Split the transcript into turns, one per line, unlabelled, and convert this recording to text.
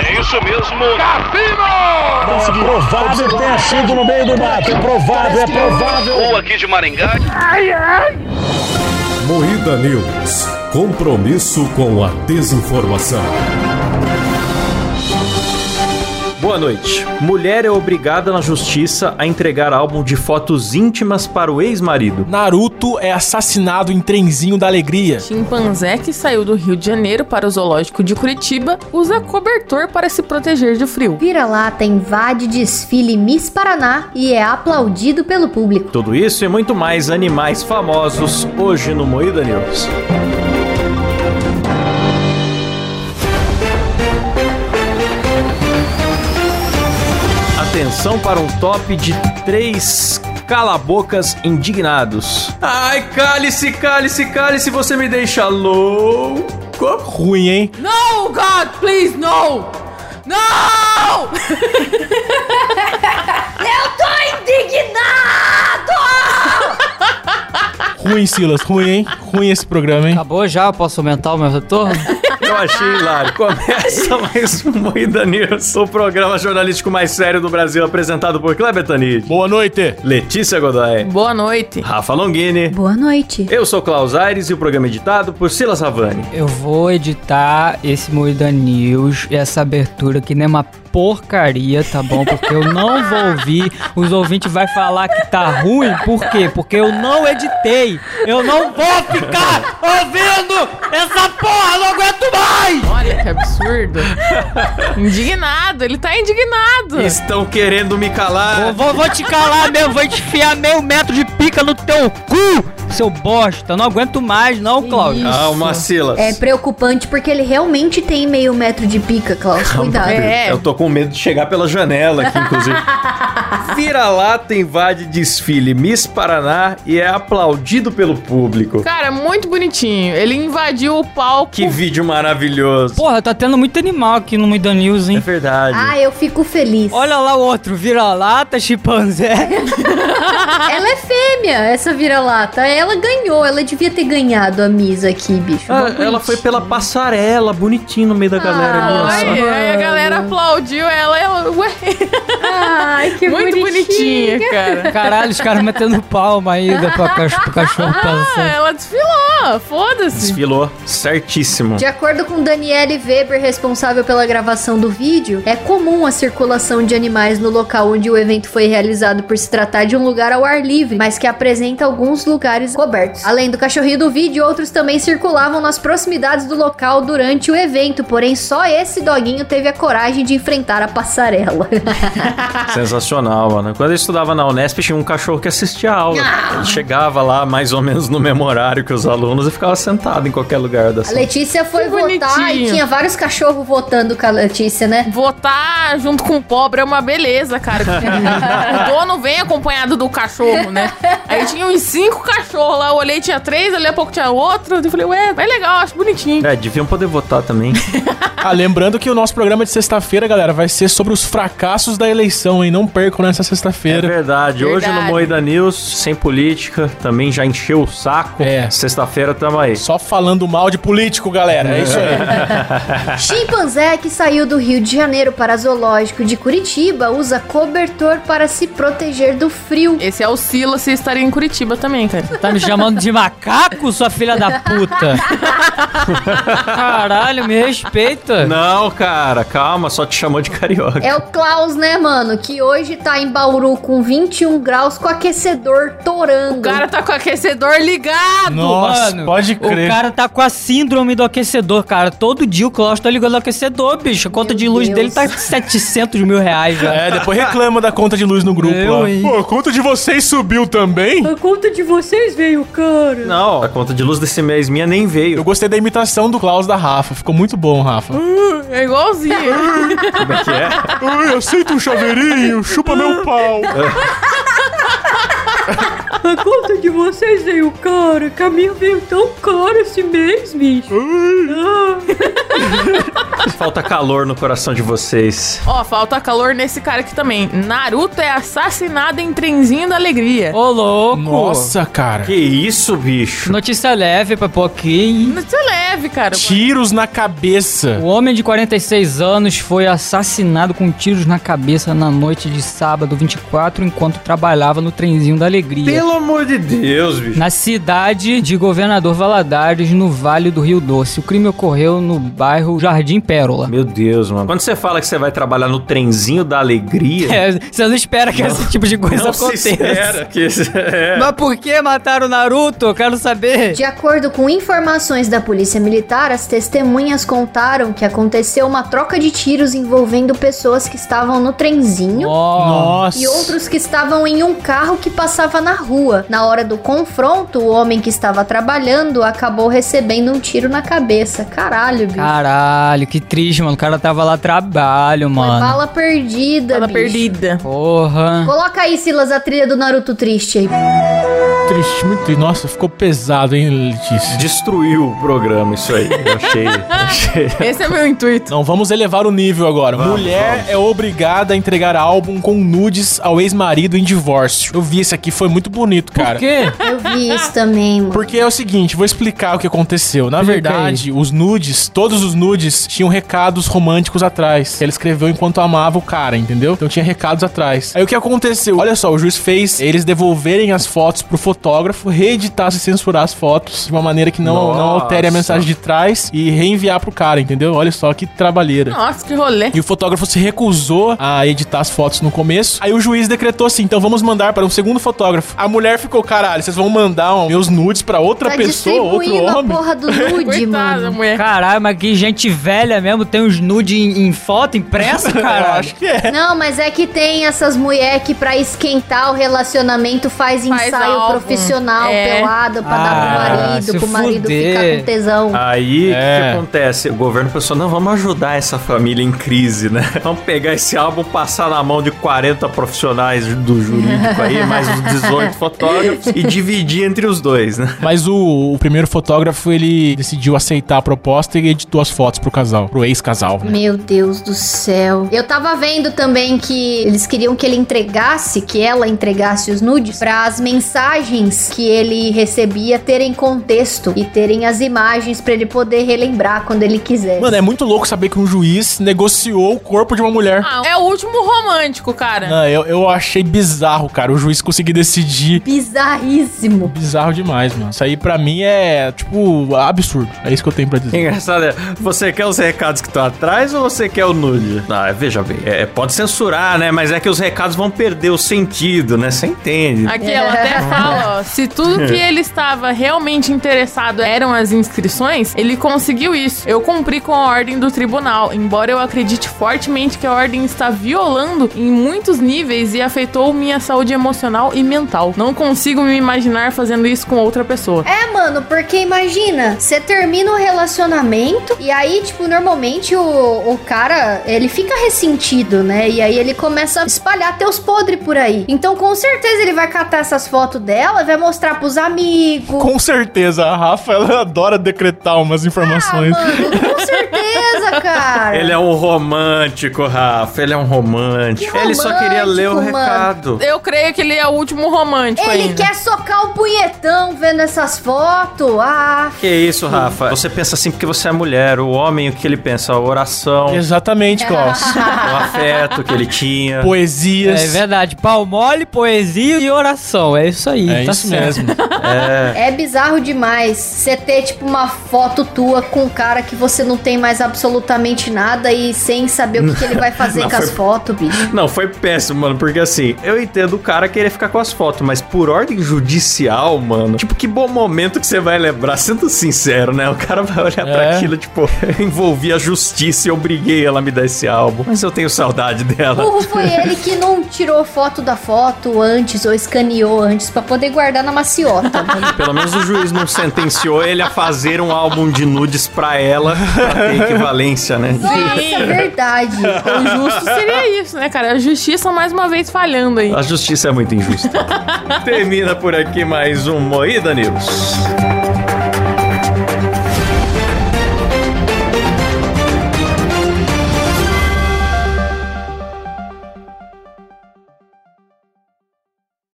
É isso mesmo. Cassino!
É provável ter sido no meio do mato. É provável, é provável.
Ou aqui de Maringá.
Moída News. Compromisso com a desinformação.
Boa noite. Mulher é obrigada na justiça a entregar álbum de fotos íntimas para o ex-marido.
Naruto é assassinado em trenzinho da alegria.
Chimpanzé que saiu do Rio de Janeiro para o zoológico de Curitiba usa cobertor para se proteger de frio.
Vira-lata invade desfile Miss Paraná e é aplaudido pelo público.
Tudo isso e muito mais animais famosos hoje no Moída News. Atenção para um top de três calabocas indignados. Ai, cale-se, cale-se, cale-se, você me deixa louco.
Ruim, hein?
No, God, please, no! No!
Ruim, Silas. Ruim, hein? Ruim esse programa, hein?
Acabou já? Posso aumentar o meu retorno?
Eu achei hilário. Começa mais um Moída News, o programa jornalístico mais sério do Brasil, apresentado por Kleber Tanid,
Boa noite.
Letícia Godoy,
Boa noite.
Rafa Longini.
Boa noite.
Eu sou Klaus Aires e o programa é editado por Silas Havani.
Eu vou editar esse Moída News e essa abertura que nem uma porcaria, tá bom? Porque eu não vou ouvir. Os ouvintes vão falar que tá ruim. Por quê? Porque eu não editei. Eu não vou ficar ouvindo essa porra, não aguento mais!
Olha que absurdo. indignado, ele tá indignado.
Estão querendo me calar.
Eu vou, vou te calar mesmo, vou te enfiar meio metro de pica no teu cu, seu bosta. Não aguento mais, não, Cláudio.
Calma, Silas.
É preocupante porque ele realmente tem meio metro de pica,
Ah,
Klaus. Cuidado.
É.
Eu tô com medo de chegar pela janela aqui, inclusive. Vira-lata invade desfile Miss Paraná e é aplaudido pelo público.
Cara, muito bonitinho. Ele invadiu o palco.
Que vídeo maravilhoso.
Porra, tá tendo muito animal aqui no Muida News,
É
hein?
verdade.
Ah, eu fico feliz.
Olha lá o outro, vira-lata, chimpanzé.
Ela é fêmea, essa vira-lata. Ela ganhou, ela devia ter ganhado a Miss aqui, bicho.
Ah, ela foi pela passarela, bonitinho no meio da galera. ali, olha
Ah,
só.
Ai, aí a galera aplaudiu ela. ela ué,
Ai, que
muito bonitinha, cara.
Caralho, os caras metendo palma ainda pra cach- pro cachorro
Ah,
passar.
ela desfilou, foda-se.
Desfilou certíssimo.
De acordo com Daniele Weber, responsável pela gravação do vídeo, é comum a circulação de animais no local onde o evento foi realizado por se tratar de um lugar ao ar livre, mas que apresenta alguns lugares cobertos. Além do cachorrinho do vídeo, outros também circulavam nas proximidades do local durante o evento, porém só esse doguinho teve a coragem de enfrentar a passarela.
Sensacional, mano. Quando eu estudava na Unesp, tinha um cachorro que assistia a aula. Ele chegava lá mais ou menos no mesmo horário que os alunos e ficava sentado em qualquer lugar da
A
sala.
Letícia foi
Que
votar e
bonitinho.
tinha vários cachorros votando com a Letícia, né?
Votar junto com o pobre é uma beleza, cara. o dono vem acompanhado do cachorro, né? Aí tinha uns cinco cachorros lá. Eu olhei, tinha três, ali a pouco tinha outro. Eu falei, ué, é legal, acho bonitinho.
É, deviam poder votar também.
Ah, lembrando que o nosso programa de sexta-feira, galera, vai ser sobre os fracassos da eleição, hein? Não percam nessa
É
sexta-feira.
verdade. Hoje no
Verdade.
Moeda News, sem política, também já encheu o saco.
É.
Sexta-feira tamo aí.
Só falando mal de político, galera. É isso aí.
Chimpanzé que saiu do Rio de Janeiro para zoológico de Curitiba usa cobertor para se proteger do frio.
Esse é o Silas e estaria em Curitiba também, cara.
Tá me chamando de macaco, sua filha da puta? Caralho, me respeita.
Não, cara, calma, só te chamou de carioca.
É o Klaus, né, mano? Que hoje tá em Bauru com 21 graus com aquecedor torando.
O cara tá com o aquecedor ligado.
Nossa,
Mano,
pode crer.
O cara tá com a síndrome do aquecedor, cara. Todo dia o Klaus tá ligando o aquecedor, bicho. A conta
Meu
de luz
Deus.
dele tá 700 mil reais, velho.
É, depois reclama da conta de luz no grupo
Eu,
lá.
hein?
Pô, a conta de vocês subiu também?
A conta de vocês veio, cara.
Não, a conta de luz desse mês minha nem
Eu
veio.
gostei da imitação do Klaus da Rafa. Ficou muito bom, Rafa.
É igualzinho.
Como é que é?
Ai, aceita um chaveirinho, chupa meu pau.
A conta de vocês veio, cara. Caminho veio tão caro esse mês, bicho.
Falta calor no coração de vocês.
Ó, falta calor nesse cara aqui também. Naruto é assassinado em trenzinho da alegria.
Ô, louco.
Nossa, cara.
Que isso, bicho?
Notícia leve pra pouquinho.
Notícia é leve, cara.
Tiros na cabeça.
O homem de 46 anos foi assassinado com tiros na cabeça na noite de sábado 24, enquanto trabalhava no trenzinho da alegria.
Pelo amor de Deus, bicho.
Na cidade de Governador Valadares, no Vale do Rio Doce. O crime ocorreu no bairro Jardim Pérola.
Meu Deus, mano. Quando você fala que você vai trabalhar no trenzinho da alegria,
É, você não espera que esse tipo de coisa
não
é
se
aconteça.
espera que isso- é.
Mas por que mataram o Naruto? Eu quero saber.
De acordo com informações da polícia militar, as testemunhas contaram que aconteceu uma troca de tiros envolvendo pessoas que estavam no trenzinho
Ó,
Nossa.
e outros que estavam em um carro que passava na rua. Na hora do confronto, o homem que estava trabalhando acabou recebendo um tiro na cabeça. Caralho, bicho.
Ah, Caralho, que triste, mano. O cara tava lá trabalho,
Foi
mano.
bala perdida,
Ela
bicho.
perdida.
Porra.
Coloca aí, Silas, a trilha do Naruto triste aí.
Triste, muito triste. Nossa, ficou pesado, hein, Letícia?
Destruiu o programa, isso aí. Eu achei. achei.
Esse é meu intuito.
Não, vamos elevar o nível agora. Mulher é obrigada a entregar álbum com nudes ao ex-marido em divórcio. Eu vi esse aqui, foi muito bonito, cara.
Por quê?
Eu vi isso também, mano.
Porque é o seguinte, vou explicar o que aconteceu. Na
Explica
verdade, os nudes, todos os nudes, tinham recados românticos atrás. Que ela escreveu enquanto amava o cara, entendeu? Então tinha recados atrás. Aí o que aconteceu? Olha só, o juiz fez eles devolverem as fotos pro fotógrafo, reeditar se censurar as fotos de uma maneira que não, não altere a
Nossa.
mensagem de trás e reenviar pro cara, entendeu? Olha só que trabalheira.
Nossa, que rolê.
E o fotógrafo se recusou a editar as fotos no começo. Aí o juiz decretou assim: então vamos mandar para um segundo fotógrafo. A mulher ficou, caralho, vocês vão mandar um- meus nudes para outra
Tá
pessoa, outro
distribuindo a
homem?
porra do nude,
Coitada,
mano.
mulher.
Caralho, mas que gente velha mesmo. Tem uns nude em, em foto, impressa,
Eu
caralho.
acho que é.
Não, mas é que tem essas mulheres que pra esquentar o relacionamento faz,
Faz
ensaio
álbum,
profissional,
é.
pelada, pra
Ah,
dar pro marido,
se
pro marido
fuder.
ficar com tesão.
Ah, Aí, o
É.
que, que acontece? O governo pensou, não, vamos ajudar essa família em crise, né? Vamos pegar esse álbum, passar na mão de 40 profissionais do jurídico aí, mais os 18 fotógrafos, e dividir entre os dois, né?
Mas o, o primeiro fotógrafo, ele decidiu aceitar a proposta e editou as fotos pro casal, pro ex-casal, né?
Meu Deus do céu. Eu tava vendo também que eles queriam que ele entregasse, que ela entregasse os nudes, pra as mensagens que ele recebia terem contexto e terem as imagens pra ele poder relembrar quando ele quisesse.
Mano, é muito louco saber que um juiz negociou o corpo de uma mulher.
Ah, é o último romântico, cara.
Não, eu, eu achei bizarro, cara. O juiz conseguir decidir.
bizarríssimo.
Bizarro demais, mano. Isso aí pra mim é, tipo, absurdo. É isso que eu tenho pra dizer.
Engraçado é, você quer os recados que estão atrás ou você quer o nude? Ah, veja bem, é, pode censurar, né? Mas é que os recados vão perder o sentido, né? Você entende.
Aqui ela até
É.
fala, ó, se tudo que ele estava realmente interessado eram as inscrições, ele conseguiu isso. Eu cumpri com a ordem do tribunal, embora eu acredite fortemente que a ordem está violando em muitos níveis e afetou minha saúde emocional e mental. Não consigo me imaginar fazendo isso com outra pessoa.
É, mano, porque imagina, você termina o relacionamento e aí, tipo, normalmente o, o cara, ele fica ressentido, né? E aí ele começa a espalhar teus podres por aí. Então, com certeza, ele vai catar essas fotos dela e vai mostrar pros amigos.
Com certeza, a Rafa ela adora decretar umas
Ah,
informações.
mano, com certeza, cara.
Ele é um romântico, Rafa. Ele é um romântico.
Que
ele só queria ler o
romântico, mano.
recado.
Eu creio que ele é o último romântico
Ele
ainda.
quer socar o punhetão vendo essas fotos. Ah,
Que isso, Rafa? Você pensa assim porque você é mulher. O homem, o que ele pensa? A oração,
Exatamente,
É.
Klaus.
o afeto que ele tinha.
Poesias.
É verdade, pau mole, poesia e oração. É isso aí,
É
tá
isso
certo.
mesmo.
É bizarro demais você ter, tipo, uma foto tua com um cara que você não tem mais absolutamente nada e sem saber o que, que ele vai fazer
Não,
com as
foi-
fotos, bicho.
Não, foi péssimo, mano, porque assim, eu entendo o cara querer ficar com as fotos, mas por ordem judicial, mano, tipo, que bom momento que você vai lembrar, sendo sincero, né? O cara vai olhar pra
É.
aquilo, tipo, eu envolvi a justiça e obriguei ela a me dar esse álbum, mas eu tenho saudade dela.
Burro foi ele que não tirou foto da foto antes ou escaneou antes pra poder guardar na maciota. mano.
Pelo menos o juiz não sentenciou ele a fazer um álbum de nudes pra ela, pra ter equivalência, né?
Nossa, é verdade.
O justo seria isso, né, cara? A justiça mais uma vez falhando aí.
A justiça é muito injusta. Termina por aqui mais um Moída News.